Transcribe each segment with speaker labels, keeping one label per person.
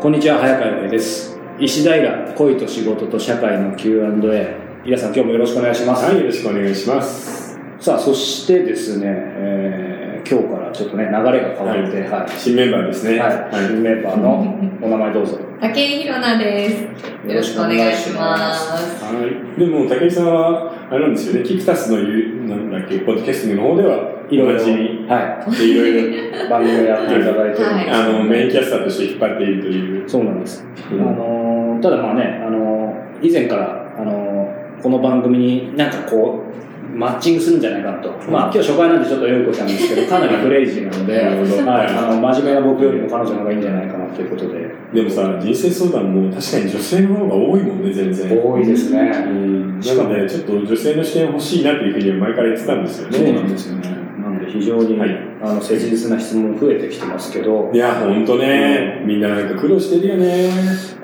Speaker 1: こんにちは、早川洋平です。石平、恋と仕事と社会の Q&A。皆さん、今日もよろしくお願いします。
Speaker 2: はい、よろしくお願いします。
Speaker 1: さあ、そしてですね、えー今日からちょっとね、流れが変わって、はい。はい
Speaker 2: 新メンバーですね。
Speaker 1: 新メンバーのお名前どうぞ。
Speaker 3: 竹井ひろなです。よろしくお願いします。
Speaker 2: はい。でも、武井さんは、あれなんですよね、キクタスの言う、なんだっけ、ポッドキャスティングの方では、
Speaker 1: いろいろ
Speaker 2: おなじみ
Speaker 1: は
Speaker 2: でいろ い
Speaker 1: い。番組をやっていただいてるんですけど、
Speaker 2: ろ、あの、メインキャスターとして引っ張っているという。
Speaker 1: そうなんです。あのーただまあね、あのー以前から、あのーこの番組になんかこう、マッチングするんじゃないかなと。まあ今日初回なんでちょっとよいこちゃんですけど、かなりクレイジー なので、
Speaker 2: なるほど
Speaker 1: はい、あの、真面目な僕よりも彼女の方がいいんじゃないかなということで。
Speaker 2: でもさ、人生相談も確かに女性の方が多いもんね、全然。
Speaker 1: 多いです
Speaker 2: う
Speaker 1: ね。
Speaker 2: ん。なので、ちょっと女性の視点欲しいなっていうふうには前から言ってたんですよね。
Speaker 1: そうなんですよね。なので非常に、
Speaker 2: はい
Speaker 1: あの、切実な質問増えてきてますけど
Speaker 2: い、や、ほんとね、みんななんか苦労してるよね。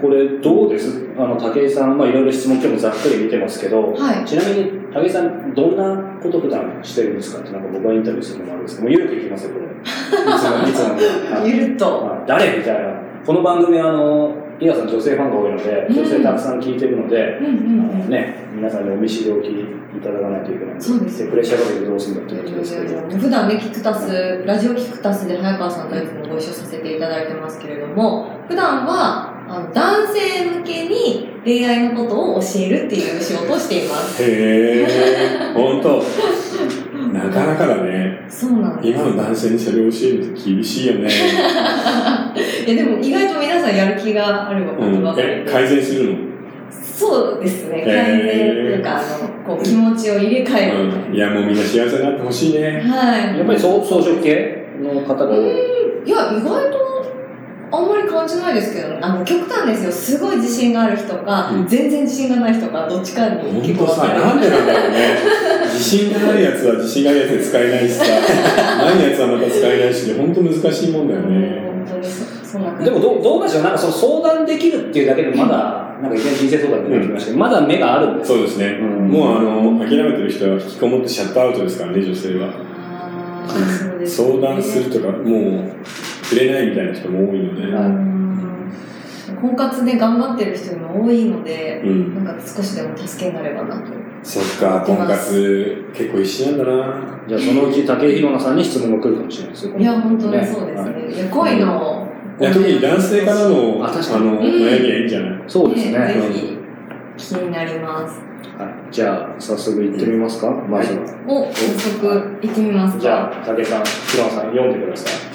Speaker 1: これどうですあの、武井さん、まあいろいろ質問今日もざっくり見てますけど、
Speaker 3: はい。
Speaker 1: ちなみに、武井さん、どんなこと普段してるんですかって、なんか僕がインタビューするのもあるんですけど、もう緩くいきますよ、これ。いつも、いつも。はい
Speaker 3: ゆるっと。
Speaker 1: あ誰みたいな。この番組、あの、イラさん女性ファンが多いので、
Speaker 3: うん
Speaker 1: 女性たくさん聞いてるので、
Speaker 3: うんう
Speaker 1: あの
Speaker 3: んうん。
Speaker 1: ね、皆さんにお見知りおきいただかないといけないの
Speaker 3: そうです
Speaker 1: プレッシャーかけてどうするんだってことですけど。
Speaker 3: 普段ね、キクタス、ラジオキクタスで早川さんのやつもご一緒させていただいてますけれども、普段は、あの男性向けに恋愛のことを教えるっていう仕事をしています。
Speaker 2: へえ、ほんと。なかなかだね。
Speaker 3: そうなんです。
Speaker 2: 今の男性にそれを教えるのって厳しいよね。
Speaker 3: いや、でも意外と皆さんやる気があるこ
Speaker 2: う
Speaker 3: と
Speaker 2: ん
Speaker 3: ば、かり
Speaker 2: え
Speaker 3: で。
Speaker 2: 改善するの、
Speaker 3: そうですね。
Speaker 2: へー
Speaker 3: 改善っていうか、あの、こう、気持ちを入れ替えるみたいな
Speaker 2: うん、いやもうみんな幸せになってほしいね。
Speaker 3: はい。
Speaker 1: やっぱりそう装飾系の方が多い。
Speaker 3: いや、意外と、あんまり感じないですけどね。あの、極端ですよ。すごい自信がある人か、
Speaker 2: うん
Speaker 3: 全然自信がない人か、どっちかに
Speaker 2: 本
Speaker 3: 結構
Speaker 2: 当さ、
Speaker 3: 分かれ
Speaker 2: なんでなんだろうね。自信があるやつは自信があるやつで使えないし さ、ないやつはまた使えないしで、本当難しいもんだよね。
Speaker 3: 本当にそ、そんな感じ。
Speaker 1: でもどう、どうなんでしょうなんかその相談できるっていうだけでもまだ、なんかいきなり人生相談になってきましたけど、まだ目があるんです
Speaker 2: そうですね。
Speaker 1: ん
Speaker 2: もうあの、諦めてる人は引きこもってシャットアウトですからね、女性は。
Speaker 3: あーそうですね
Speaker 2: 相談するとか、もう、触れないみたいな人も多いの
Speaker 3: う
Speaker 2: で。
Speaker 3: ん婚活で頑張ってる人も多いので、
Speaker 2: うん。
Speaker 3: なんか少しでも助けになればなと。
Speaker 2: そっか、婚活、結構一緒なんだな。
Speaker 1: じゃあそのうち武井宏奈さんに質問が来るかもしれないですよ。
Speaker 3: いや、本当にそうです
Speaker 1: はい
Speaker 3: ね。いや、恋の。
Speaker 2: いや特に男性からの、
Speaker 1: あ
Speaker 2: あ
Speaker 1: 確かに
Speaker 2: の、悩みはいいんじゃない
Speaker 1: そうですね。
Speaker 3: ねぜひ、気になります。
Speaker 1: はい、じゃあ早速行ってみますか、まずは。
Speaker 3: お、早速、行ってみますか。
Speaker 1: じゃあ武井さん、宏奈さん読んでくださ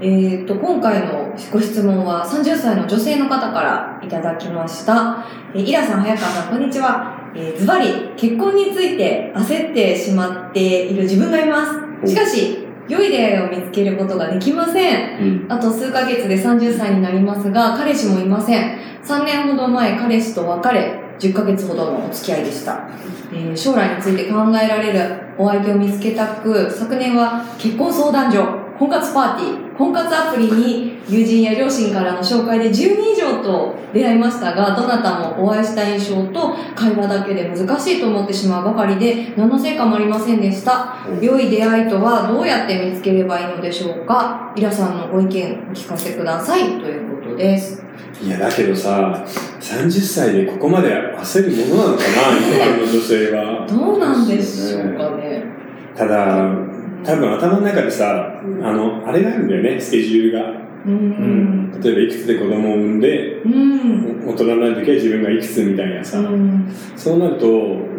Speaker 3: えー、と今回のご質問は30歳の女性の方からいただきました、えーイラさん早川さんこんにちは、えー、ズバリ結婚について焦ってしまっている自分がいま
Speaker 2: お
Speaker 3: すしかし良い出会いを見つけることができません
Speaker 2: うん。
Speaker 3: あと数ヶ月で30歳になりますが、彼氏もいません。3年ほど前、彼氏と別れ、10ヶ月ほどのお付き合いでした。えー将来について考えられるお相手を見つけたく、昨年は結婚相談所、婚活パーティー、婚活アプリに友人や両親からの紹介で10人以上と出会いましたが、どなたもお会いした印象と会話だけで難しいと思ってしまうばかりで、何の成果もありませんでした。良い出会いとはどうやって見つければいいのでしょうかイラさんのご意見お聞かせくださいということです。
Speaker 2: いや、だけどさ、30歳でここまで焦るものなのかな、日本の女性 は。
Speaker 3: どうなんでしょうかね。
Speaker 2: ただ、多分頭の中でさ、あの、あれがあるんだよね、スケジュールが。
Speaker 3: うん。
Speaker 2: 例えば、いくつで子供を産んで、
Speaker 3: うん。
Speaker 2: お大人になるときは自分がいくつみたいなさ。
Speaker 3: うん。
Speaker 2: そうなると、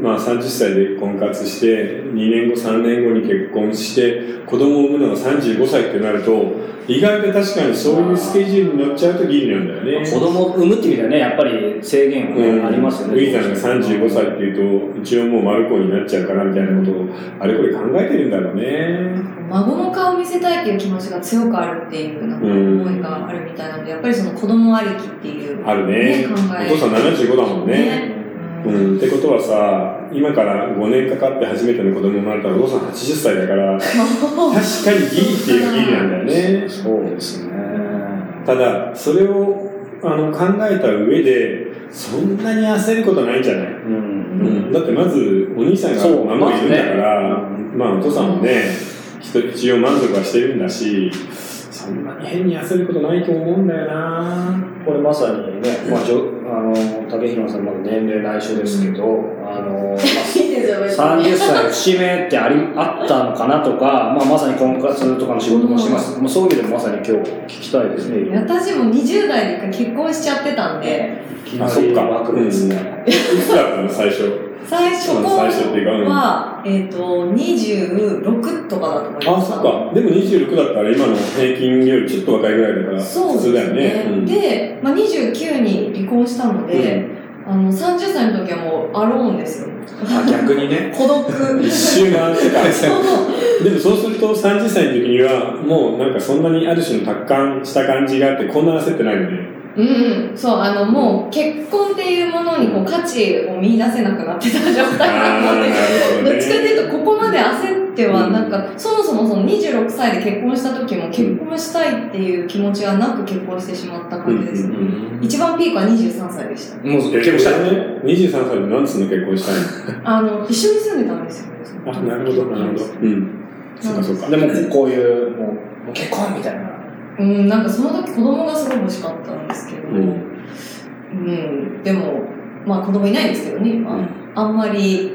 Speaker 2: まあ30歳で婚活して、2年後、3年後に結婚して、子供を産むのが35歳ってなると、意外と確かにそういうスケジュールに乗っちゃうとギリなんだよね。
Speaker 1: い。子供を産むって意味ではね、やっぱり制限はね、
Speaker 2: うん
Speaker 1: ありますよね。
Speaker 2: ウィーさんが35歳っていうと、一応もう丸子になっちゃうからみたいなことを、あれこれ考えてるんだろうね。
Speaker 3: 孫の顔を見せたいっていう気持ちが強くあるっていうなんか思いがあるみたいなので、やっぱりその子供ありきっていう。
Speaker 2: あるね。
Speaker 3: 考
Speaker 2: お
Speaker 3: え。
Speaker 2: 父さん75だもんね。
Speaker 3: うん
Speaker 2: うん、ってことはさ、今から5年かかって初めての子供生まれたらお父さん80歳だから、確かにギリっていうギリなんだよね。
Speaker 1: そうですね。
Speaker 2: ただ、それをあの考えた上で、そんなに焦ることないんじゃない、
Speaker 1: う。
Speaker 2: うんん、だってまずお兄さんが
Speaker 1: そう
Speaker 2: 孫いるんだから、
Speaker 1: まず
Speaker 2: まあお父さんもね、一一応満足はしてるんだし、そそんなに変に痩せることないと思うんだよな
Speaker 1: これまさにね、まあ、じょあの竹広さん、まだ年齢内緒ですけど、あ
Speaker 4: い
Speaker 1: のまあ
Speaker 4: いですよ、別に。
Speaker 1: 30歳節目ってありあったのかなとか、まあ、まさに婚活とかの仕事もしてます、まあ、そういう意味でもまさに今日聞きたいですね、
Speaker 3: 私も20代で結婚しちゃってたんで、
Speaker 2: あそっか
Speaker 1: バックですね、
Speaker 2: いつだったの最初
Speaker 3: 最初
Speaker 2: そう
Speaker 3: 婚
Speaker 2: 最初っていうかうん
Speaker 3: は、えっ、と、26とかだと思い
Speaker 2: あ
Speaker 3: ます。
Speaker 2: そっかでも26だったら今の平均よりちょっと若いぐらいだから
Speaker 3: そう
Speaker 2: 普通
Speaker 3: で
Speaker 2: だ
Speaker 3: す
Speaker 2: よ
Speaker 3: ね。
Speaker 2: ねうん
Speaker 3: で、まあ、29に離婚したので、あの、30歳の時はもうアローンですよ。
Speaker 5: あ逆にね
Speaker 3: 孤 独。
Speaker 2: 一周回ってた
Speaker 3: そう
Speaker 2: でもそうすると30歳の時にはもうなんかそんなにある種の達観した感じがあってこんな焦ってないよね
Speaker 3: うんうん、そう、あの、もう、結婚っていうものに、こう、価値を見出せなくなってた状態なので、
Speaker 2: る
Speaker 3: どっちかっていうと、ここまで焦っては、なんか、そもそもその26歳で結婚した時も、結婚したいっていう気持ちはなく結婚してしまった感じですね。一番ピークは23歳でした。
Speaker 1: もう
Speaker 2: 結
Speaker 1: 結
Speaker 2: 婚
Speaker 1: 婚
Speaker 2: し
Speaker 1: したたい、
Speaker 2: ね23歳で何つうの結婚したい
Speaker 3: あの、一緒に住んでたんですよ。
Speaker 2: のあなるほどなるほどうんそっかそっか
Speaker 1: でもこういう、もうもう結婚みたいな、
Speaker 3: うん、なんかその時子供がすごい欲しかったんですけど、
Speaker 2: う
Speaker 3: うん、
Speaker 2: ん
Speaker 3: でも、まあ子供いないんですけどね、今。
Speaker 2: うん
Speaker 3: あんまり、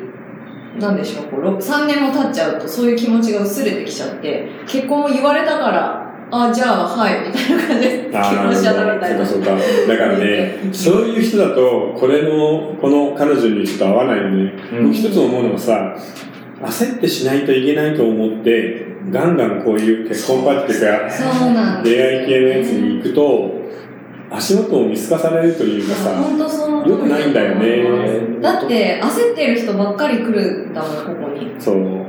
Speaker 3: なんでしょう、こう、ろ3年も経っちゃうと、そういう気持ちが薄れてきちゃって、結婚を言われたから、あ、じゃあ、はい、みたいな感じで、結
Speaker 2: あーなる
Speaker 3: 婚しちゃったみたい
Speaker 2: ほ
Speaker 3: な
Speaker 2: ど。そうかそうかだからねそういう人だとこれのこの彼女にちょっと合わないよね僕一つ思うのはさ焦ってしないといけないと思ってガンガンこういう結婚パーティーとか
Speaker 3: そうなんです
Speaker 2: 出
Speaker 3: よ
Speaker 2: 会い系のやつに行くと足元を見透かされるというか
Speaker 3: いや
Speaker 2: さ
Speaker 3: 本当その通り
Speaker 2: よくないんだよね
Speaker 3: だって、焦ってる人ばっかり来るんだもん、ここに。
Speaker 2: そう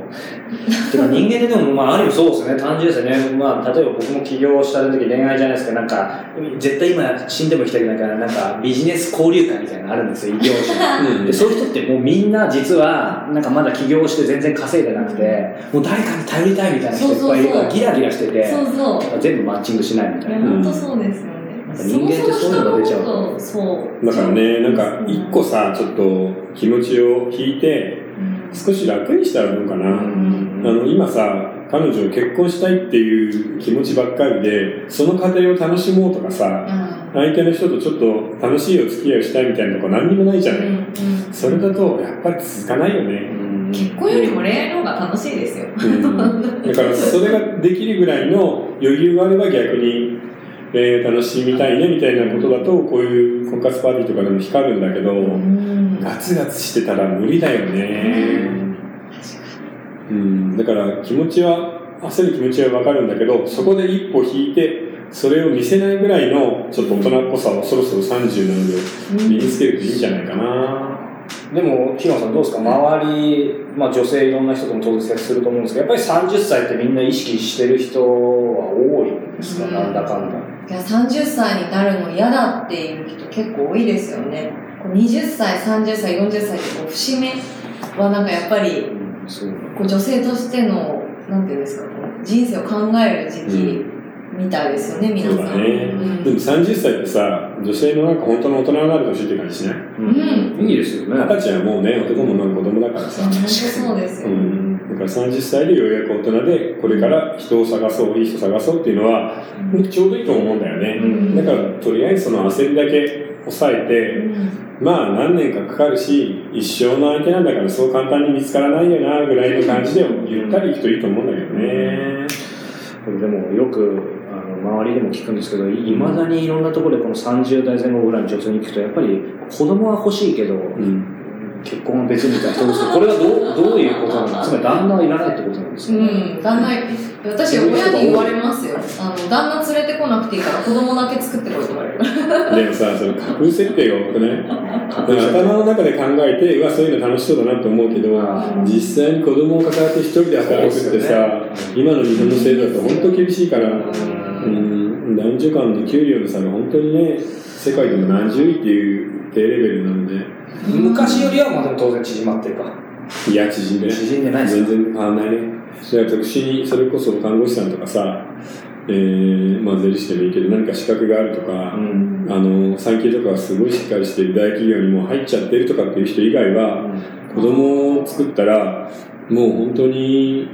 Speaker 1: てか人間ででも、まあ、ある意味そうですね、単純ですよね、まあ、例えば僕も起業した時恋愛じゃないですけど、なんか、絶対今、死んでも行きたくないから、なんか、ビジネス交流会みたいなのあるんですよ、異業種の。でそういう人ってもうみんな実はなんかまだ起業して全然稼いでなくてもう誰かに頼りたいみたいな人いっぱいいるから
Speaker 3: そうそうそう
Speaker 1: ギラギラしてて
Speaker 3: そうそう。
Speaker 1: 全部マッチングしないみた
Speaker 3: い
Speaker 1: い
Speaker 3: や、
Speaker 1: な、
Speaker 3: 本当そうですよね。
Speaker 1: んか人間ってそういうのが出ちゃう
Speaker 3: そもそも人のことをそう。
Speaker 2: だからねなんか一個さちょっと気持ちを引いて
Speaker 3: うん、
Speaker 2: 少し楽にしたらどうかな、
Speaker 1: うん
Speaker 2: あの今さ彼女結婚したいっていう気持ちばっかりでその過程を楽しもうとかさ
Speaker 3: うん
Speaker 2: 相手の人とちょっと楽しいお付き合いをしたいみたいなとこ何にもないじゃ
Speaker 3: う
Speaker 2: ない、
Speaker 3: んうん
Speaker 2: それだとやっぱり続かないよね、
Speaker 3: 結婚よりも恋愛の方が楽しいですよ。
Speaker 2: うんだからそれができるぐらいの余裕があれば逆に、えー楽しみたいねみたいなことだとこういう婚活パーティーとかでも光るんだけど、
Speaker 3: うん
Speaker 2: ガツガツしてたら無理だよね、うん、だから気持ちは焦る気持ちはわかるんだけどそこで一歩引いてそれを見せないぐらいのちょっと大人っぽさをそろそろ30なので身につけるといいんじゃないかな、
Speaker 1: でも平野さんどうですか周り、まあ、女性いろんな人とも当然接すると思うんですけどやっぱり30歳ってみんな意識してる人は多いんですか、
Speaker 3: うん
Speaker 1: なんだかんだ
Speaker 3: いや30歳になるの嫌だっていう人結構多いですよね。こう20歳、30歳、40歳ってこう節目はなんかやっぱり
Speaker 1: そう
Speaker 3: こう女性としての、なんていうんですか、こう人生を考える時期みたいですよね、皆
Speaker 2: そう
Speaker 3: さん。
Speaker 2: だね、
Speaker 3: うん
Speaker 2: でも30歳ってさ女性のなんか本当の大人になる年って感じしない
Speaker 3: ん
Speaker 1: いいですよね
Speaker 2: 二十歳はもうね男もなんか子供だからさ、
Speaker 3: 本当そうです
Speaker 2: う
Speaker 3: よ。
Speaker 2: ん、だから30歳でようやく大人でこれから人を探そういい人探そうっていうのはちょうどいいと思うんだよね、
Speaker 1: うん
Speaker 2: だからとりあえずその焦りだけ抑え
Speaker 3: う
Speaker 2: て
Speaker 3: ん
Speaker 2: まあ何年かかかるし一生の相手なんだからそう簡単に見つからないよなぐらいの感じでゆったりいくといいと思うんだけどね、
Speaker 1: これでもよくあの周りでも聞くんですけどいまだにいろんなところでこの30代前後ぐらいの女性に聞くとやっぱり子供は欲しいけど、
Speaker 2: うん、
Speaker 1: 結婚は別にみたいな人ですけどこれはどう どういうことなのつまり旦那はいらないってことなんですか、
Speaker 3: うん、旦那、私、親に言われますよ。あの、旦那連れてこなくていいから子供だけ作ってこいって言われる。
Speaker 2: でもさその架空設定が多くないだから頭の中で考えてうわそういうの楽しそうだなって思うけど
Speaker 1: うん
Speaker 2: 実際に子供を抱えて一人で働くってさ、今の日本の制度だと本当厳しいから、うん、男女間の給料の差が本当にね世界でも何十位っていう低レベルなので
Speaker 1: 昔よりはまあでも当然縮まってるか
Speaker 2: いや縮んでない
Speaker 1: 縮んでないです
Speaker 2: 全
Speaker 1: か
Speaker 2: 然変わんないねだから特にそれこそ看護師さんとかさえー、まあ税理士でもいいけど何か資格があるとか、
Speaker 1: ん
Speaker 2: あの産休とかがすごいしっかりしてる大企業にもう入っちゃってるとかっていう人以外は子供を作ったらもう本当に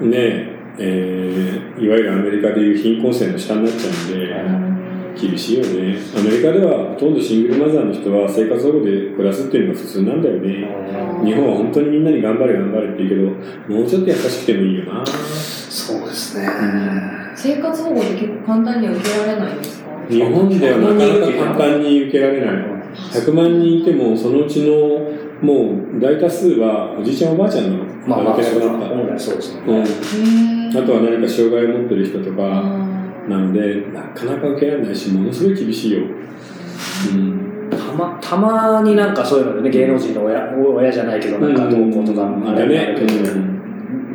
Speaker 2: ねえーいわゆるアメリカでいう貧困線の下になっちゃうんで、厳しいよねアメリカではほとんどシングルマザーの人は生活保護で暮らすっていうのが普通なんだよね日本は本当にみんなに頑張れ頑張れって言うけどもうちょっと優しくてもいいよな
Speaker 1: そうですね。
Speaker 3: 生活保護って結構簡単には受けられないんですか
Speaker 2: 日本ではなかなか簡単に受けられない100万人いてもそのうちのもう大多数はおじいちゃんおばあちゃんの
Speaker 1: まあ、まあ、
Speaker 2: けな
Speaker 1: そう
Speaker 2: く
Speaker 1: だ
Speaker 2: なった、
Speaker 1: 本来そうですも
Speaker 2: うんん
Speaker 1: ね。
Speaker 3: あ
Speaker 2: あとは何か障害を持ってる人とか、な
Speaker 3: な
Speaker 2: ので、なかなか受けられないし、ものすごい厳しいよ。うん
Speaker 1: たま、たまになんかそういうのでね、芸能人の親、親じゃないけど、なんかどうこうとか、
Speaker 2: あ
Speaker 1: あ
Speaker 2: れ
Speaker 1: れ
Speaker 2: ね、
Speaker 1: ね。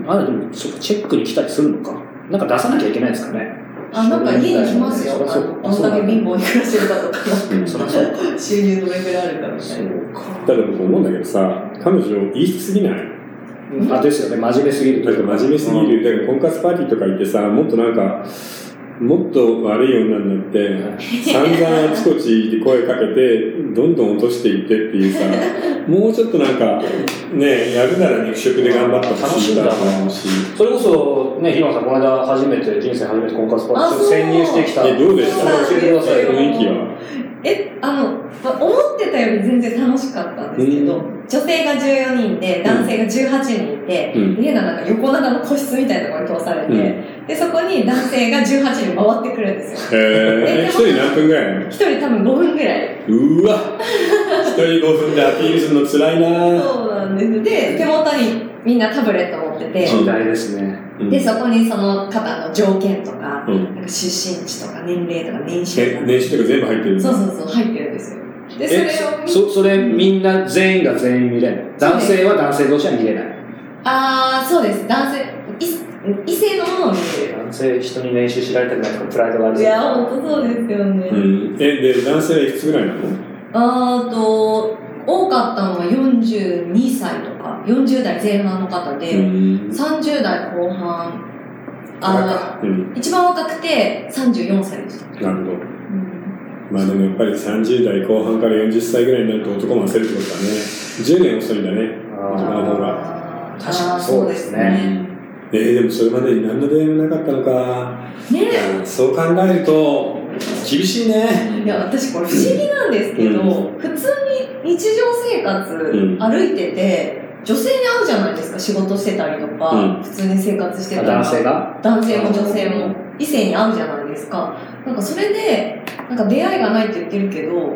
Speaker 1: あれでも、そうかチェックに来たりするのか。なんか出さなきゃいけないですかね。
Speaker 3: あ、なんか家に来ますよ。
Speaker 1: そりゃ
Speaker 3: あ
Speaker 1: そう
Speaker 3: のどんだけ貧乏に暮らしてるかとか、
Speaker 2: うん
Speaker 1: そりゃそうか。
Speaker 3: 収入どれくらいあるかみた
Speaker 1: そ
Speaker 3: いな。
Speaker 1: うか。
Speaker 2: ただ僕思うんだけどさ、彼女言い過ぎない
Speaker 1: うんあ、ですよね、真面目すぎると
Speaker 2: ないんか
Speaker 1: うか
Speaker 2: 真面目すぎる。だから婚活パーティーとか行ってさ、もっとなんか、もっと悪い女になって、散々あちこちで声かけて、どんどん落としていってっていうさ、もうちょっとなんか、ね、やるなら肉食で頑張ってほしいなと思うし。
Speaker 1: それこそ、ね、ヒロさん、この間初めて、人生初めて婚活パーティー
Speaker 3: あそう
Speaker 1: 潜入してきた。
Speaker 2: え、どうでした
Speaker 1: 教えてくださいよ。
Speaker 2: 雰囲気は。
Speaker 3: え、あの、ま思ってたより全然楽しかったんですけど、
Speaker 2: う
Speaker 3: 女性が14人で、男性が18人いて、
Speaker 2: うん
Speaker 3: 家がなんか横長の個室みたいなところに通されて、で、そこに男性が18人回ってくるんですよ。
Speaker 2: えー、一人何分ぐらいなの
Speaker 3: 一人多分5分ぐらい。
Speaker 2: うーわ一人5分でアピールするのつらいな
Speaker 3: そうなんです。で、手元にみんなタブレット持ってて、
Speaker 1: 時代ですね。
Speaker 2: うん
Speaker 3: で、そこにその方の条件とか、
Speaker 2: うん
Speaker 3: なんか出身地とか年齢とか年収
Speaker 2: え
Speaker 3: とか、
Speaker 2: 年収とか全部入ってる
Speaker 3: そうそうそう、入ってるんですよ。で、それを見て、
Speaker 1: そ、それ、みんな、全員が全員見れない。男性は男性同士は見れない。
Speaker 3: あー、そうです。男性、い異性のものを見てる。
Speaker 1: 男性、人に練習知られたくないとか、プライドがある。
Speaker 3: いや、ほんとそうですよね。
Speaker 2: うん、えで男性はいくつぐらいなの
Speaker 3: あーと、多かったのは42歳とか、40代前半の方で、
Speaker 2: うん
Speaker 3: 30代後半、あ
Speaker 2: うん
Speaker 3: ー一番若くて34歳でした。
Speaker 2: なるほどまあでもやっぱり30代後半から40歳ぐらいになると男も焦るってことだね10年遅いんだね
Speaker 1: あ
Speaker 2: なるほど
Speaker 3: あー
Speaker 1: 確かにそうですね。
Speaker 2: えー、でもそれまでに何の出会いもなかったのか
Speaker 3: そうですねね
Speaker 2: そう考えると厳しいね
Speaker 3: いや、私これ不思議なんですけど、
Speaker 2: う
Speaker 3: 普通に日常生活
Speaker 2: ん
Speaker 3: 歩いてて、女性に会うじゃないですか、仕事してたりとか、
Speaker 2: うん
Speaker 3: 普通に生活してた
Speaker 1: あ
Speaker 3: りとか。
Speaker 1: 男性が
Speaker 3: 男性も女性も異性に会うじゃないですか。なんかそれで、なんか出会いがないって言ってるけど、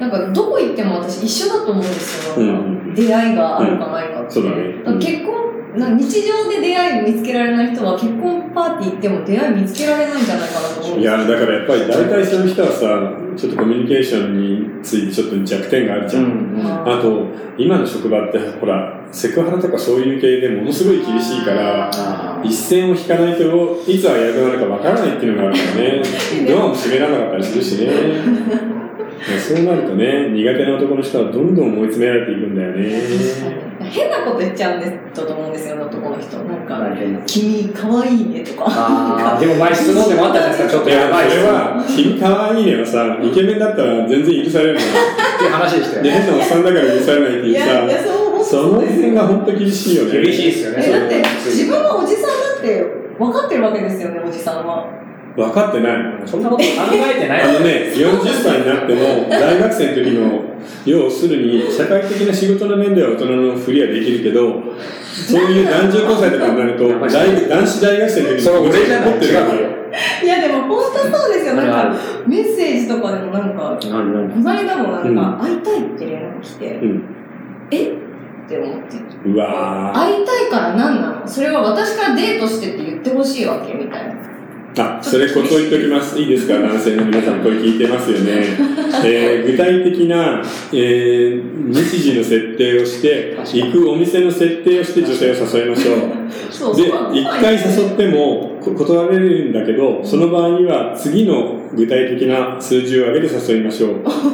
Speaker 3: なんかどこ行っても私一緒だと思うんですよ。
Speaker 2: うん
Speaker 3: 出会いがあるかないかって。
Speaker 2: そうだね
Speaker 3: だから結婚、なんか日常で出会い見つけられない人は結婚パーティー行っても出会い見つけられないんじゃないかなと思うん
Speaker 2: い
Speaker 3: です
Speaker 2: やだからやっぱり大体その人はさちょっとコミュニケーションについてちょっと弱点があるじゃん、
Speaker 1: ん
Speaker 2: あと今の職場ってほらセクハラとかそういう系でものすごい厳しいから
Speaker 1: あ
Speaker 2: 一線を引かないといつはやくなるかわからないっていうのがあるから ねドアも閉められなかったりするしねそうなるとね苦手な男の人はどんどん追い詰められていくんだよね
Speaker 3: 変なこと言っちゃうんですと思うんですよ、男の人。なん
Speaker 1: あ、
Speaker 3: か、
Speaker 1: 大変な。
Speaker 3: 君可愛いねとか。
Speaker 1: ああ、でも前質問でもあったじゃないですか、ちょっ
Speaker 2: い
Speaker 1: と
Speaker 2: や
Speaker 1: やばい
Speaker 2: そ
Speaker 1: 質
Speaker 2: れ
Speaker 1: 問
Speaker 2: は「君かわいいね」はさイケメンだったら全然許されるのよ
Speaker 1: っていう話でしたよ
Speaker 2: で
Speaker 1: ね。
Speaker 2: 変なおっさんだから許されないって
Speaker 3: い
Speaker 2: いうさ
Speaker 3: や、いや、そう思う
Speaker 2: その辺が本当厳しいよね。
Speaker 1: 厳しいですよね。
Speaker 3: えだって自分のおじさんだって分かってるわけですよねおじさんは
Speaker 2: 分かってない。
Speaker 1: そんなこと考えてない
Speaker 2: あのね、40歳になっても、大学生の時の、要するに、社会的な仕事の面では大人のふりはできるけど、そういう男女交際とかになると、大男子大学生の時に、
Speaker 1: それ俺じゃない
Speaker 2: 持ってるわけよ。
Speaker 3: いやでも本当そうですよ
Speaker 1: あ
Speaker 3: なん
Speaker 1: る
Speaker 3: かメッセージとかでもなんか
Speaker 1: ある
Speaker 3: この間もなんか会いたいって連絡来て、
Speaker 2: うん
Speaker 3: えって思って
Speaker 2: うわ
Speaker 3: 会いたいから何なのそれは私からデートしてって言ってほしいわけみたいな
Speaker 2: ーあ、それこと言っておきます。いいですか、男性の皆さん、これ聞いてますよね。えー具体的な、えー日時の設定をして、行くお店の設定をして女性を誘いましょう。
Speaker 3: そう
Speaker 2: で、
Speaker 3: そう
Speaker 2: 一回誘ってもこ断られるんだけど、その場合には次の具体的な数字を上げて誘いましょう。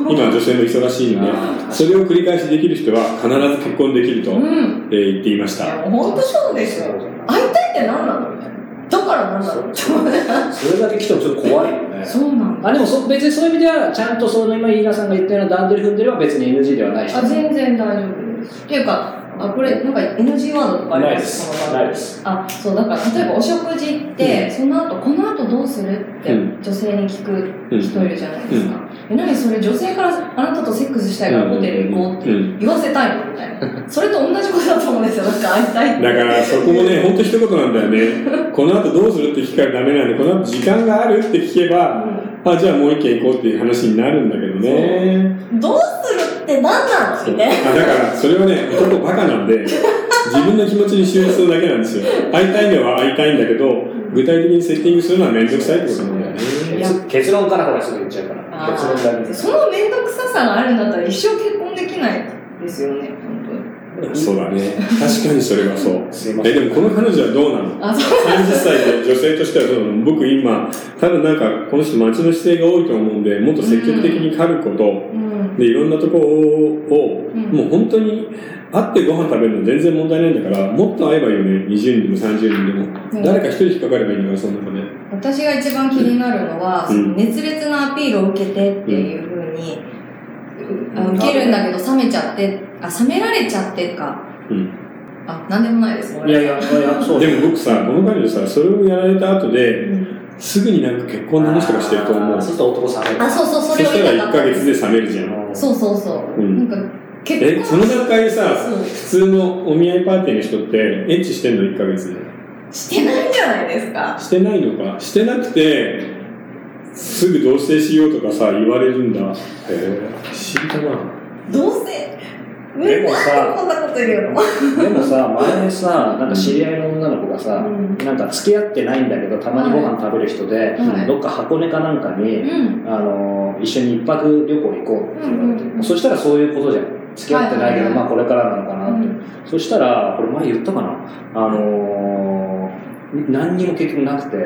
Speaker 2: 今女性も忙しいので、それを繰り返しできる人は必ず結婚できると、
Speaker 3: うん
Speaker 2: えー言っていまし
Speaker 3: い
Speaker 2: た。
Speaker 3: や本当そうですよ会いたいって何なのみたいなだから何なの
Speaker 1: それだけ来てもちょっと怖いよね。
Speaker 3: そうなんだ
Speaker 1: あでもそ別にそういう意味では、ちゃんとその今、飯田さんが言ったような段取り踏んでれば別に NG ではないし、
Speaker 3: あ全然大丈夫ですっていうかあ、これ、なんか NG ワードとかあり
Speaker 1: ない
Speaker 3: ま
Speaker 1: ですす。ないです。
Speaker 3: あ、そう、だから例えばお食事行って、その後、この後どうするって
Speaker 2: う
Speaker 3: 女性に聞く
Speaker 2: うん
Speaker 3: 人いるじゃないですか。え、何それ女性からあなたとセックスしたいからホテル行こうって
Speaker 2: うん
Speaker 3: 言わ せたいのみたいな。それと同じことだと思うんですよ。なんか会いたいって。
Speaker 2: だからそこも ね、ほんと一言なんだよね。この後どうするって聞かれダメなんで、この後時間があるって聞けば、あ、じゃあもう一軒行こうっていう話になるんだけどね。
Speaker 3: うんどうするって何なのみたいな。
Speaker 2: あだから、それはね、男バカなんで、自分の気持ちに集中するだけなんですよ。会いたいのは会いたいんだけど、具体的にセッティングするのはめんどくさいってことなんだよね。
Speaker 3: いや
Speaker 1: 結結論からほらすぐ言っちゃうから。
Speaker 3: あー
Speaker 1: 結論だけです。
Speaker 3: その面倒くささがあるんだったら一生結婚できないですよね、本当に。
Speaker 2: そうだね。確かにそれはそう。
Speaker 1: すいませ
Speaker 2: え、
Speaker 1: ん。
Speaker 2: でもこの彼女はどうなの
Speaker 3: あ、そう。
Speaker 2: 30歳で女性としてはどうなの僕今多分なんかこの人町の姿勢が多いと思うんでもっと積極的に狩ること
Speaker 3: うん。
Speaker 2: でいろんなところを、
Speaker 3: うん
Speaker 2: もう本当に会ってご飯食べるの全然問題ないんだからもっと会えばいいよね20人でも30人でも、
Speaker 3: うん
Speaker 2: 誰か一人引っかかればいいんだからその中で
Speaker 3: 私が一番気になるのは、
Speaker 2: うん
Speaker 3: その熱烈なアピールを受けてっていうふうに、あの受けるんだけど冷めちゃって、あ、冷められちゃってか。
Speaker 2: うん
Speaker 3: あ、なんでもないです、こ
Speaker 1: い
Speaker 3: れ。
Speaker 1: やいや、いやそう
Speaker 2: でも僕さこの彼女さそれをやられた後
Speaker 3: う
Speaker 2: で
Speaker 3: ん
Speaker 2: すぐになんか結婚の話とかしてると思
Speaker 1: あ
Speaker 2: う
Speaker 1: ーそうすると男さんがいる
Speaker 3: あ、そうそう、
Speaker 2: そ
Speaker 3: それを
Speaker 2: した
Speaker 3: 言いた
Speaker 2: ら
Speaker 3: か
Speaker 2: 1
Speaker 3: った
Speaker 2: ヶ月で冷めるじゃん
Speaker 3: そうそうそう。
Speaker 2: うん
Speaker 3: なんか、結
Speaker 2: えその段階でさ
Speaker 3: そう
Speaker 2: 普通のお見合いパーティーの人ってエッチしてんの1ヶ月で
Speaker 3: してないんじゃないですか。
Speaker 2: してないのかしてなくてすぐ同棲しようとかさ言われるんだへえ知りたな
Speaker 3: どうせ、
Speaker 1: でもさ
Speaker 3: こんなこと言うの。
Speaker 1: でもさ、前さ、なんか知り合いの女の子がさ、
Speaker 3: うん
Speaker 1: なんか付き合ってないんだけど、たまにご飯食べる人で、
Speaker 3: はい
Speaker 1: どっか箱根かなんかに、
Speaker 3: うん。
Speaker 1: あのー一緒に一泊旅行行こうって言われて、
Speaker 3: うんうん
Speaker 1: そしたらそういうことじゃん付き合ってないけど、
Speaker 3: はいはいはい
Speaker 1: まあこれからなのかな
Speaker 3: う
Speaker 1: って、
Speaker 3: ん
Speaker 1: そしたらこれ前言ったかなあのー何にも結局なくて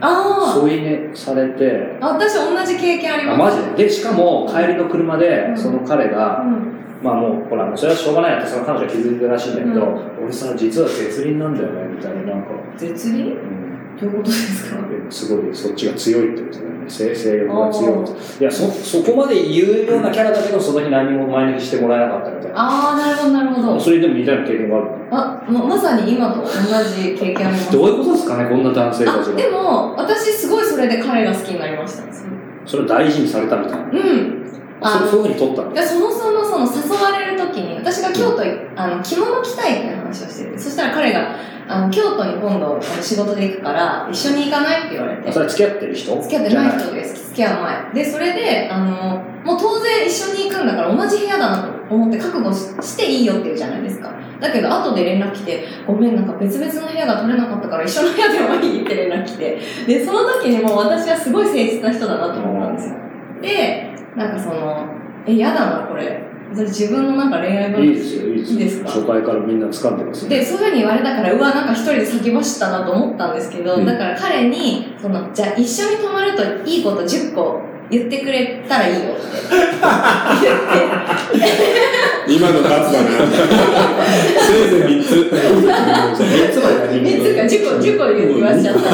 Speaker 3: あ
Speaker 1: 添い寝されて
Speaker 3: あ、私同じ経験あり
Speaker 1: あ
Speaker 3: ます。
Speaker 1: マジででしかも帰りの車
Speaker 3: う
Speaker 1: で
Speaker 3: ん
Speaker 1: その彼が、
Speaker 3: うん
Speaker 1: まあもうほらそれはしょうがないってその彼女は気づいてるらしいんだけど、
Speaker 3: う
Speaker 1: 俺さ実は絶倫なんだよねみたいななんか、
Speaker 3: 絶倫
Speaker 1: うん
Speaker 3: どういうことですか
Speaker 1: すごいそっちが強いってことだよね性性欲が強いっていやそそこまで言うようなキャラだけどその日何も前にしてもらえなかったみたいな
Speaker 3: ああ、なるほど、なるほど。
Speaker 1: それでも似たような経験がある
Speaker 3: あ、ま、まさに今と同じ経験あります。
Speaker 1: どういうことですかねこんな男性た
Speaker 3: あ、
Speaker 1: ち
Speaker 3: で
Speaker 1: が
Speaker 3: も、私すごいそれで彼が好きになりました。う。
Speaker 1: それを大事にされたみたいなん
Speaker 3: あ
Speaker 1: そそういうふうに取ったん
Speaker 3: で
Speaker 1: だ
Speaker 3: そもそもその誘われる時に、私が京都い、あの、着物着たいって話をしてて、そしたら彼が、あの、京都に今度あの仕事で行くから、一緒に行かないって言われて、
Speaker 1: そ
Speaker 3: 付
Speaker 1: れ付き合ってる人
Speaker 3: き合ってない人です。付き合う前。で、それで、あの、もう当然一緒に行くんだから同じ部屋だなと思って覚悟ししていいよって言うじゃないですか。だけど、後で連絡来て、ごめん、なんか別々の部屋が取れなかったから一緒の部屋でもいいって連絡来て、で、その時にもう私はすごい誠実な人だなと思ったんですよ。で、なんかその、え、嫌だな、これ。それ自分のなんか恋
Speaker 1: い
Speaker 3: 愛
Speaker 1: い
Speaker 3: 話。
Speaker 1: ですよいいですよ
Speaker 3: いいですか
Speaker 1: 初回からみんな掴んでますよ
Speaker 3: で、そういうふうに言われたから、うわ、なんか一人で先走ったなと思ったんですけど、
Speaker 2: うん
Speaker 3: だから彼に、その、じゃあ一緒に泊まるといいこと10個言ってくれたらいいよって言って、
Speaker 2: 今の勝つだなせいぜい3つ
Speaker 1: 3つまで何
Speaker 3: 3つか10個、10個言わしちゃった。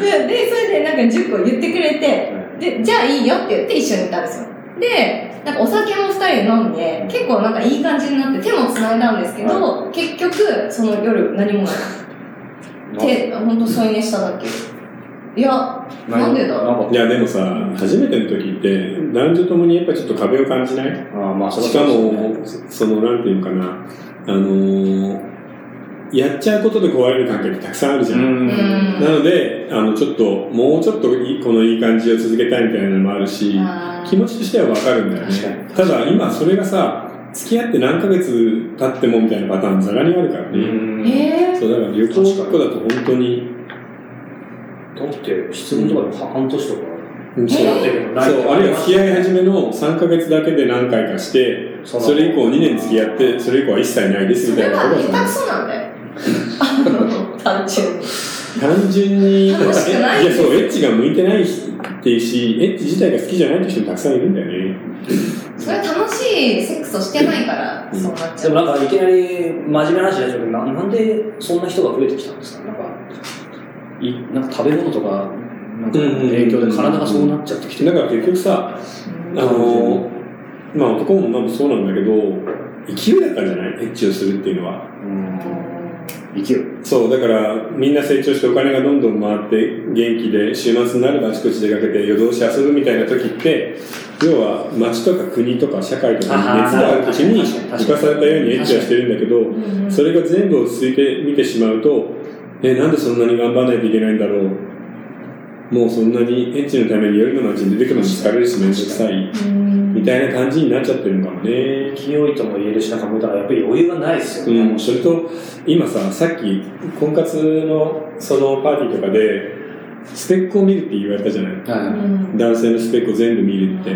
Speaker 3: で、でそれでなんか10個言ってくれて、で、じゃあいいよって言って一緒に行ったんですよ。で、なんかお酒も二人で飲んで、結構なんかいい感じになって手も繋いだんですけど、結局、その夜何もなく
Speaker 1: て
Speaker 3: 手、ほんと添い寝しただけ。いや、なんでだ
Speaker 1: なんか
Speaker 2: いやでもさ初めての時って男女ともにやっぱちょっと壁を感じない
Speaker 1: あーまあそれは
Speaker 2: しか
Speaker 1: そう
Speaker 2: も、その、なんていうのかな、あのーやっちゃうことで壊れる関係ってたくさんあるじ
Speaker 1: です
Speaker 2: ゃん。
Speaker 1: ねうん
Speaker 3: うん
Speaker 2: なので、あの、ちょっと、もうちょっといいこのいい感じを続けたいみたいなのもあるし、
Speaker 3: あ
Speaker 2: 気持ちとしてはわかるんだよ
Speaker 1: 確か
Speaker 2: ね。ただ、今、それがさ、付き合って何ヶ月経ってもみたいなパターン、ざらにあるから
Speaker 1: う
Speaker 2: ね。
Speaker 1: ん
Speaker 3: え
Speaker 2: そう、だから旅行
Speaker 1: 確かに
Speaker 2: とかだと本当に、
Speaker 1: だって質問とかでも半年とか
Speaker 2: うん
Speaker 1: 付
Speaker 2: そう
Speaker 1: き合ってるのない
Speaker 2: そう、あるいは付き合い始めの3ヶ月だけで何回かして、
Speaker 1: その
Speaker 2: それ以降2年付き合って、それ以降は一切ないで
Speaker 3: ー、
Speaker 2: す
Speaker 3: そ
Speaker 2: みた
Speaker 3: れ
Speaker 2: いな
Speaker 3: は
Speaker 2: ことだと思う
Speaker 3: 下手くそなんだよ。あの単純に。
Speaker 2: 単純に、いや、
Speaker 3: 楽しくない
Speaker 2: そう、エッチが向いてないっていうし、エッチ自体が好きじゃないって人もたくさんいるんだよね。
Speaker 3: それは楽しいセックスをしてないから、
Speaker 2: うん
Speaker 3: そうなっち
Speaker 1: で
Speaker 3: ゃう。
Speaker 1: もなんかいきなり真面目な話になっちゃうけどななんでそんな人が増えてきたんですかなんかいなんか食べ物とかなんかの影響で体がそうなっちゃってきて
Speaker 2: だから結局さ、あ
Speaker 3: うん
Speaker 2: の、まあ男も女もそうなんだけど、勢いだったんじゃないエッチをするっていうのは。
Speaker 1: 生きる。
Speaker 2: そう、だからみんな成長してお金がどんどん回って元気で週末になればあちこち出かけて夜通し遊ぶみたいな時って、要は街とか国とか社会とかに熱がある時に
Speaker 1: あー確かに確かに確かに
Speaker 2: 浮かされたようにエッチはしてるんだけど、それが全部落ち着いて見てしまうと、え、なんでそんなに頑張らないといけないんだろう。もうそんなにエッチのために夜の街に出てくのも疲れるし面倒くさい。みたいな感じになっちゃってるのかもね。
Speaker 1: 勢いとも言えるし、なんかもうだからやっぱり余裕がないですよね。
Speaker 2: うん、それと今ささっき婚活のそのパーティーとかでスペックを見るって言われたじゃない
Speaker 1: は
Speaker 2: 男性のスペックを全部見るって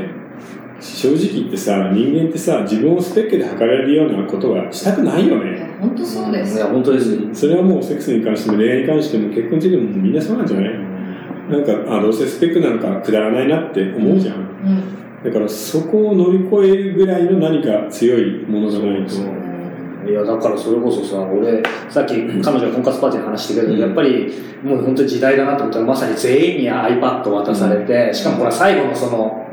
Speaker 2: 正直言ってさ人間ってさ自分をスペックで測れるようなことはしたくないよね
Speaker 3: 本当
Speaker 1: い。
Speaker 3: そうです
Speaker 1: い
Speaker 3: よ
Speaker 1: や、。本当です。うん
Speaker 2: それはもうセックスに関しても恋愛に関しても結婚してもみんなそうなんじゃないなんかあどうせスペックなのかくだらないなって思うじゃん
Speaker 3: うん
Speaker 2: だからそこを乗り越えるぐらいの何か強いものじゃないと
Speaker 1: いや、だからそれこそさ、俺、さっき彼女が婚活パーティーの話してたけど、
Speaker 2: うん
Speaker 1: やっぱりもう本当に時代だなと思ったら、まさに全員に iPad 渡されて、しかもほら、最後のその、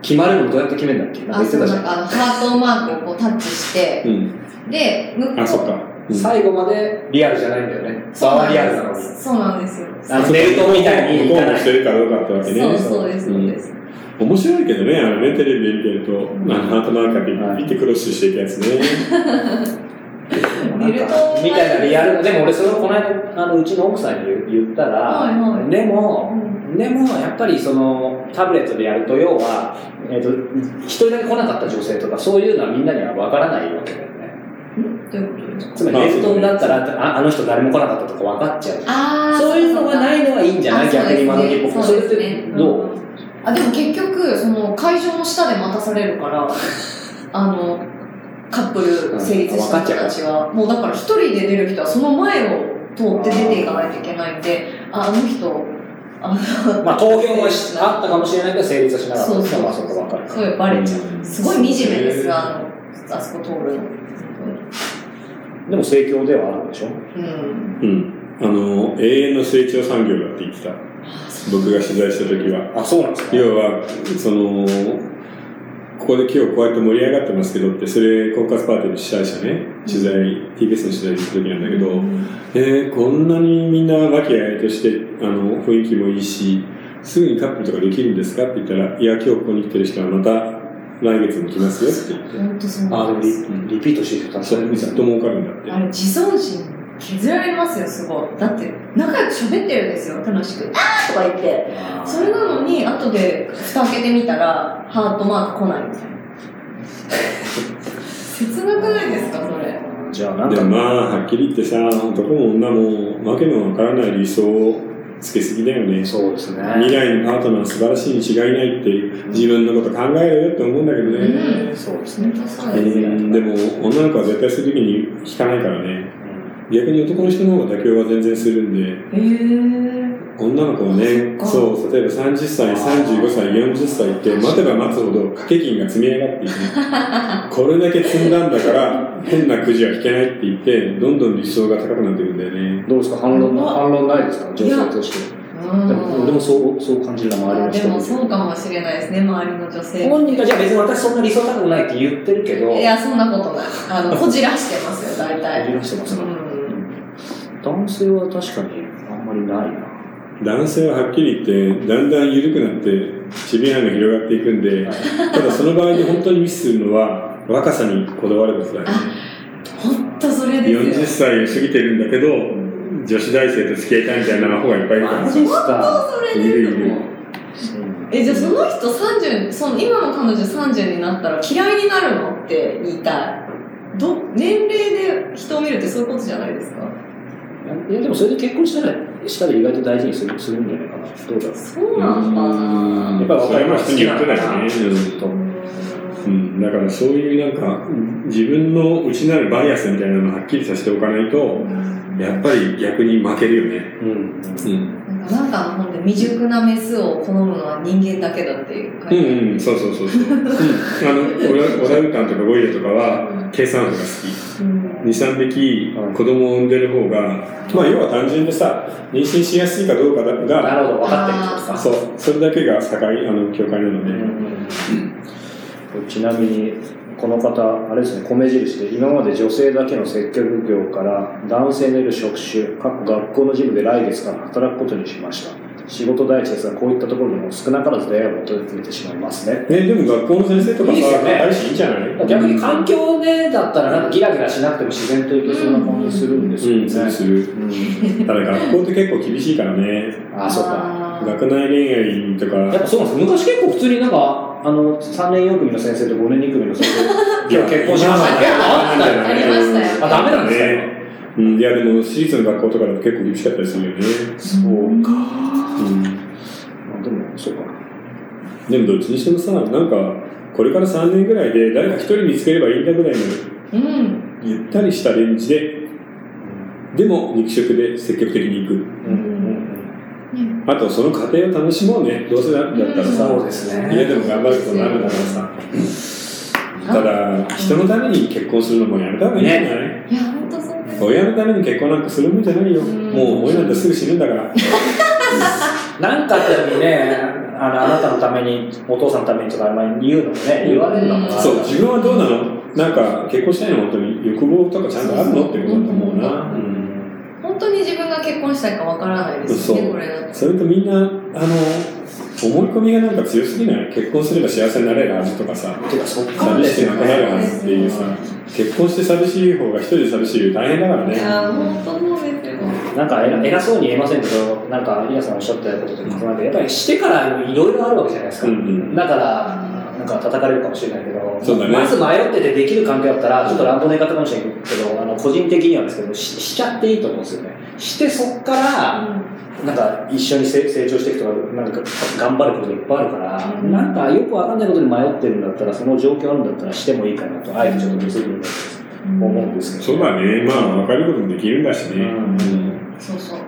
Speaker 1: 決まるのどうやって決めるんだっけなんか
Speaker 3: あ、
Speaker 1: 言って
Speaker 3: そう、
Speaker 1: たじゃ
Speaker 3: なん
Speaker 1: ん。
Speaker 3: かあの、ハートマークをこうタッチして、
Speaker 2: うん
Speaker 3: で、向こう
Speaker 2: あそっか、うん
Speaker 1: 最後までリアルじゃないんだよね。
Speaker 3: そう
Speaker 1: バ
Speaker 3: な
Speaker 1: ー
Speaker 3: ん
Speaker 1: リア
Speaker 3: で
Speaker 1: ルなのに。
Speaker 3: す。そうなんですよ。
Speaker 1: あのベルトみたいに行
Speaker 2: 向こ
Speaker 1: か
Speaker 2: う
Speaker 1: な
Speaker 2: も
Speaker 1: い
Speaker 2: してるかどうかってわけね
Speaker 3: そう、そうです、そうです。
Speaker 2: うん面白いけどねあのねテレビ見てると、
Speaker 3: ん
Speaker 2: あのハートマーカーで
Speaker 1: はい
Speaker 2: ピッてクロスしていくや つね、
Speaker 1: なんかみたいなリアルでも俺それをこの間あのうちの奥さんに言言ったら、
Speaker 3: はいは
Speaker 1: で
Speaker 3: う
Speaker 1: も
Speaker 3: ん
Speaker 1: でもやっぱりそのタブレットでやると要は、えー、と一人だけ来なかった女性とかそういうのはみんなには分からないわけだよね
Speaker 3: んどういうことですか
Speaker 1: つまり
Speaker 2: まあ
Speaker 1: レッドンだったら、あ、あの人誰も来なかったとか分かっちゃう
Speaker 3: あー
Speaker 1: そういうのがないのはいいんじゃない
Speaker 3: あそう
Speaker 1: 逆
Speaker 3: で
Speaker 1: に
Speaker 3: すね
Speaker 1: 今時僕
Speaker 3: そう
Speaker 1: そ
Speaker 3: で
Speaker 1: れ
Speaker 3: す
Speaker 1: っ
Speaker 3: ね
Speaker 1: てどう、
Speaker 3: あでも結局その会場の下で待たされるから あのカップル成立した人たちはもうだから一人で出る人はその前を通って出ていかないといけないんでああの人あの
Speaker 1: まあ投票もしあったかもしれないけど成立はしなかった
Speaker 3: そう
Speaker 1: です
Speaker 3: そう
Speaker 1: まあそこばっかり
Speaker 3: そういうバレちゃうすごい惨めです
Speaker 2: ね
Speaker 3: あのあそこ通るの
Speaker 1: でも盛況ではあるでしょ
Speaker 3: うん
Speaker 2: うんあの永遠の成長産業だって言ってた僕が取材した時は
Speaker 1: あそうなんですか
Speaker 2: 要はそのここで今日こうやって盛り上がってますけどってそれ婚活パーティーの主催者ね取材 TBS の取材した時なんだけど、えー、こんなにみんな和気あいあいとしてあの雰囲気もいいしすぐにカップルとかできるんですかって言ったら「いや今日ここに来てる人はまた来月も来ますよ」って言って
Speaker 3: 本当そ
Speaker 1: あ
Speaker 3: うな
Speaker 1: で
Speaker 3: ん
Speaker 1: も
Speaker 3: です
Speaker 1: リリピートしてる人た
Speaker 2: それずっと儲かるんだって
Speaker 3: あれ自尊心削られますよすごいだって仲良く喋ってるんですよ楽しく「あー!」とか言ってそれなのに後で蓋開けてみたらハートマーク来ないみ たいな切なくないですかそれ
Speaker 1: じゃあなん
Speaker 2: で
Speaker 1: か
Speaker 2: もまあはっきり言ってさ男も女もわけのわからない理想をつけすぎだよね
Speaker 1: そうですね
Speaker 2: 未来のパートナーは素晴らしいに違いないっていう自分のこと考えろよって思うんだけどね、
Speaker 3: うん
Speaker 1: そうです
Speaker 3: 本
Speaker 1: ね
Speaker 3: 当そう
Speaker 2: え
Speaker 3: ですよ
Speaker 2: ーでも女の子は絶対する時に引かないからね逆に男の人の方が妥協は全然するんで
Speaker 3: へえ
Speaker 2: 女の子はね
Speaker 3: そっか
Speaker 2: そう例えば30歳35歳40歳って待てば待つほど掛け金が積み上がっていく これだけ積んだんだから変なくじは引けないって言ってどんどん理想が高くなっていくんだよね
Speaker 1: どうですか反論
Speaker 3: うわ
Speaker 1: 反論ないですか女性として
Speaker 3: うん
Speaker 1: でもでもそうそう感じるな周りの
Speaker 3: あ
Speaker 1: 人
Speaker 3: でもそうか
Speaker 1: も
Speaker 3: もしれないですね周りの女性
Speaker 1: 本人がじゃあ別に私そんな理想高くないって言ってるけど
Speaker 3: いやそんなことないあのこじらしてますよ大
Speaker 1: やり
Speaker 3: 体
Speaker 1: ましてま
Speaker 3: う
Speaker 1: すね
Speaker 3: ん
Speaker 1: 男性は確かにあんまりないな
Speaker 2: 男性ははっきり言ってだんだん緩くなってちび範が広がっていくんでただその場合に本当にミスするのは若さにこだわることだよね
Speaker 3: 本当それです
Speaker 2: 40
Speaker 3: よ
Speaker 2: 歳を過ぎてるんだけど女子大生と付き合いたいみたいな方がいっぱいいるから
Speaker 1: マジっすか
Speaker 3: それ
Speaker 2: い
Speaker 3: です
Speaker 2: るいる
Speaker 3: えじゃあその人30その今の彼女30になったら嫌いになるのって言いたいど年齢で人を見るってそういうことじゃないですか
Speaker 1: いやでもそれで結婚したらしたら意外と大事にするするんじゃないかなどうだろう
Speaker 3: そうなんだな
Speaker 1: やっぱ若い子は好きなんだな
Speaker 2: それは人によってだよ
Speaker 1: う
Speaker 2: ねうん、だからそういうなんか自分の内なるバイアスみたいなのをはっきりさせておかないとやっぱり逆に負けるよね、
Speaker 1: うん
Speaker 2: うん、
Speaker 3: なんかの本で未熟なメスを好むのは人間だけだっていう
Speaker 2: う
Speaker 3: 書いて
Speaker 2: んうんそうそうそうそう、うん、あのオラオランウータンとかゴリラとか
Speaker 3: あ
Speaker 2: は
Speaker 3: る
Speaker 2: 計算法が好
Speaker 3: うん
Speaker 2: き23匹子供を産んでる方がまあ要は単純でさ妊娠しやすいかどうかだ
Speaker 1: な
Speaker 2: が
Speaker 1: るほど分かってるってこと
Speaker 3: あー
Speaker 1: か
Speaker 2: そうそれだけが境あの境界なの
Speaker 1: う
Speaker 2: で、
Speaker 1: んちなみに、この方、あれですね、米印で、今まで女性だけの接客業から男性のいる職種、各学校のジムで来月から働くことにしました。仕事第一ですが、こういったところにも少なからず出会いを求めてしまいますね。
Speaker 2: ね、でも学校の先生とか
Speaker 1: いいですよ
Speaker 2: さ、
Speaker 1: ね
Speaker 2: 大使いいんじゃないうん、
Speaker 1: 逆に環境でだったら、なんかギラギラしなくても自然といけそうな感じするんです
Speaker 2: す
Speaker 1: よね。
Speaker 2: るする。
Speaker 1: うん
Speaker 2: ただ学校って結構厳しいからね。
Speaker 1: ああ、そうか。
Speaker 3: あー
Speaker 2: 学内恋愛と
Speaker 1: やっ
Speaker 2: か、
Speaker 1: ぱそうなんです昔結構普通になんか、あの、3年4組の先生と5年2組の先生、今日結婚しましたね。結構あったよね。
Speaker 3: ありましたよ
Speaker 1: あ、ダメなんですか、
Speaker 2: ね。うん、いやでも私立の学校とかだと結構厳しかったりするよね。
Speaker 1: そうか。
Speaker 2: うん。
Speaker 1: まあ、でも、そうか。
Speaker 2: でもどっちにしてもさ、なんか、これから3年ぐらいで誰か一人見つければいいんだぐらいの
Speaker 3: うん。
Speaker 2: ゆったりしたレンジで、でも肉食で積極的に行く。
Speaker 1: うんうん
Speaker 3: うん
Speaker 2: あとその過程を楽しもうね。どうせだだったら
Speaker 1: うん。
Speaker 2: さ、
Speaker 1: そうです
Speaker 2: 家
Speaker 1: ね。
Speaker 2: でも頑張ることになるんだからさ。ただ、人のために結婚するのもやめた方がいいんじゃない、
Speaker 3: いや、本当そうです。
Speaker 2: 親のために結婚なんかするもんじゃないよ。
Speaker 3: うん
Speaker 2: もう親なんてすぐ死ぬんだから。
Speaker 1: なんかあった時にね、あの、あなたのために、お父さんのためにとか、あんまり言うのもね、言われるのもな
Speaker 2: そう、自分はどうなのなんか、結婚したいの本当に欲望とかちゃんとあるのってことだと思うな。
Speaker 1: うん
Speaker 3: 本当に自分が結婚したいかわからないです
Speaker 2: そ
Speaker 3: ね、
Speaker 2: う
Speaker 3: これだと。
Speaker 2: それとみんな、あの、思い込みがなんか強すぎない結婚すれば幸せになれるはずとかさ、
Speaker 1: てか、そっから
Speaker 2: 寂
Speaker 1: で
Speaker 2: し
Speaker 1: すよ
Speaker 2: くなくなる
Speaker 1: ね。
Speaker 2: はずっていうさ、結婚して寂しい方が一人で寂しいより大変だから
Speaker 3: い
Speaker 2: ね。
Speaker 3: や、本当そうですよ。
Speaker 1: なんか偉偉そうに言えませんけど、なんか、皆さんおっしゃったことと重なって、やっぱりしてからいろいろあるわけじゃないですか。
Speaker 2: うんうん。
Speaker 1: だから、なんか叩かれるかもしれないけど、
Speaker 2: そうだね
Speaker 1: まず迷っててできる環境だったら、ちょっと乱暴な言い方かもしれないけど、あの個人的にはですけどし、しちゃっていいと思うんですよね。してそっから、なんか一緒に成成長していくとか、なんか頑張ることいっぱいあるから、
Speaker 3: うん
Speaker 1: なんかよくわかんないことに迷ってるんだったら、その状況あるんだったらしてもいいかなと、あえてちょっと結びに
Speaker 3: うん
Speaker 1: 思うんですけ
Speaker 2: そ
Speaker 1: ど、
Speaker 2: うだね。まあ、別れることもできるんだし
Speaker 1: う
Speaker 2: ね。
Speaker 1: ん
Speaker 2: うん
Speaker 3: そうそう。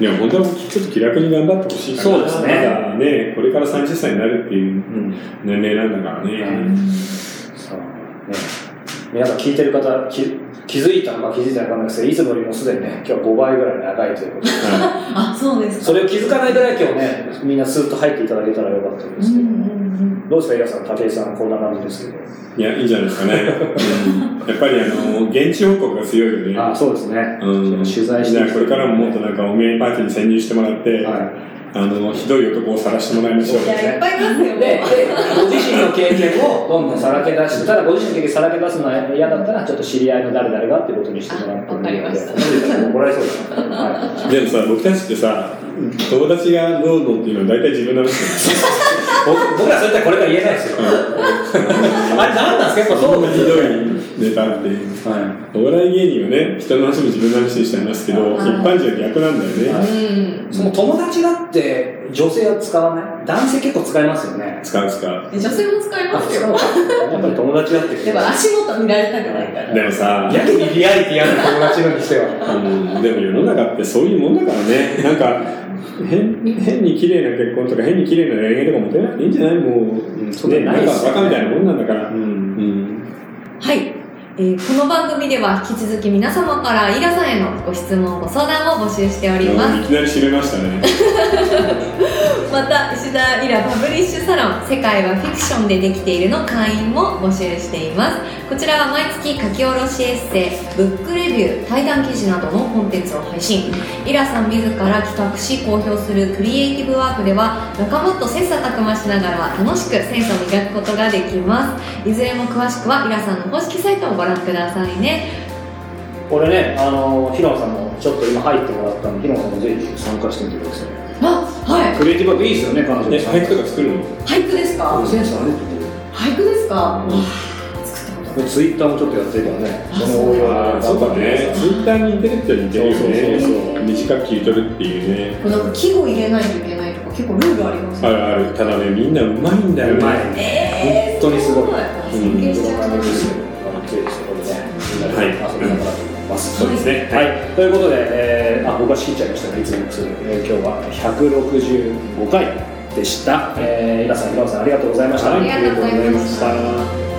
Speaker 2: いや、本当はちょっと気楽に頑張ってほしいから
Speaker 1: そうですね
Speaker 2: まだね、これから30歳になるっていう
Speaker 1: うん
Speaker 2: 年齢なんだからね。
Speaker 1: うんさあね、皆さん聞いてる方、き気づいたのか気づいたのかわかんないですけど、いつもよりもすでにね、今日5倍ぐらい長いということで
Speaker 2: はい
Speaker 3: あ、そうですか。
Speaker 1: それを気づかないぐらい今日ね、みんなスーッと入っていただけたらよかったん
Speaker 3: う
Speaker 1: で
Speaker 3: ん
Speaker 1: す
Speaker 3: う
Speaker 1: けど、
Speaker 3: ん
Speaker 1: どうですか、皆さん、武井さん、こんな感じですけど、
Speaker 2: いや、いいんじゃないですかね。やっぱりあの、現地報告が強いよ
Speaker 1: あ
Speaker 2: ね。
Speaker 1: あそうですね、
Speaker 2: うん、
Speaker 1: 取材して
Speaker 2: だからこれからももっとなんかお見合いパーティーに潜入してもらって、
Speaker 1: は
Speaker 2: あの、ひどい男を探してもらいましょう
Speaker 3: うん。い。や、いっぱいいますよ。
Speaker 1: い、でで、ご自身の経験をどんどんさらけ出して、ただご自身の経験さらけ出すのは嫌だったら、ちょっと知り合いの誰々がっていうことにしてもらってもいいの
Speaker 3: あわかりま
Speaker 1: で、
Speaker 3: した
Speaker 1: 怒られそうですね。はい
Speaker 2: でもさ、僕たちってさ、友達がどうのっていうのは大体自分の話
Speaker 1: 僕僕らそういったらこれから言えないですよ。
Speaker 2: だよね。
Speaker 1: あれ何なんですかやっぱ
Speaker 2: そ
Speaker 1: そ
Speaker 2: ん
Speaker 1: う
Speaker 2: な
Speaker 1: で
Speaker 2: ひ
Speaker 1: す
Speaker 2: ど
Speaker 1: よね
Speaker 2: いネタって。
Speaker 1: は
Speaker 2: お笑い芸人はね、人の話も自分の話にして話すけど、一
Speaker 3: は
Speaker 2: 般
Speaker 3: い
Speaker 2: 人は逆なんだよね。
Speaker 1: は
Speaker 3: うん
Speaker 1: い、。その友達だって女性は使わない男性結構使いますよね
Speaker 2: 使う使う。
Speaker 3: 女性も使いますよ。
Speaker 1: やっぱり友達だって
Speaker 3: でも足元見られたくない から。
Speaker 2: でもさ、
Speaker 1: やけにリアリティある友達のにしては
Speaker 2: うん、でも世の中ってそういうもんだからね、なんか変変に綺麗な結婚とか変に綺麗な恋愛とか持てなくていいんじゃないもう、
Speaker 1: うんそんな
Speaker 2: ね、
Speaker 1: の
Speaker 2: な
Speaker 1: ない
Speaker 2: ん
Speaker 1: っ
Speaker 2: か
Speaker 1: すよね
Speaker 2: バカみたいなもんなんだから。
Speaker 1: ん
Speaker 2: うん、
Speaker 3: はい。えーこの番組では引き続き皆様からイラさんへのご質問、ご相談を募集しております。
Speaker 2: いきなり締めましたね。
Speaker 3: また石田イラパブリッシュサロン「世界はフィクションでできている」の会員も募集していますこちらは毎月書き下ろしエッセイブックレビュー対談記事などのコンテンツを配信イラさん自ら企画し公表するクリエイティブワークでは仲間と切磋琢磨しながら楽しくセンスを磨くことができますいずれも詳しくはイラさんの公式サイトをご覧くださいね
Speaker 1: これねあのヒロンさんもちょっと今入ってもらったんでヒロンさんもぜひ参加してみてください
Speaker 3: あは
Speaker 1: クリエイティブワークいいですよね彼女
Speaker 2: え、
Speaker 1: さん
Speaker 2: 俳句とか作るの
Speaker 3: い俳句ですか
Speaker 1: センスある
Speaker 3: 俳句ですか、
Speaker 1: うん
Speaker 3: わあ作ったこと
Speaker 1: とツイッターもちょっとやってるからね
Speaker 3: あ
Speaker 1: その応用
Speaker 2: ああ、そうだね。ツイッターに似てるって似てるよ
Speaker 1: そう
Speaker 2: ね。
Speaker 1: そうそう
Speaker 2: 短く切り取るっていうね。
Speaker 3: なんか季語入れないといけないとか結構ルールあります
Speaker 2: あるある。ただね、みんなうまいんだよ
Speaker 1: う
Speaker 2: ね。
Speaker 1: まい
Speaker 3: えー、
Speaker 1: 本当にすごい
Speaker 3: 尊敬しちゃう
Speaker 1: 感
Speaker 3: な
Speaker 1: じですよあのぜひそこでねみんなで遊びながらと思います、
Speaker 2: そうですね。
Speaker 1: はい、ということで、えーあ僕が仕切っちゃいましたねいつもの通り、えー今日は165回でした、えー、皆さん、皆さんありがとうございました。
Speaker 3: ありがとうございました
Speaker 1: ありがとうございました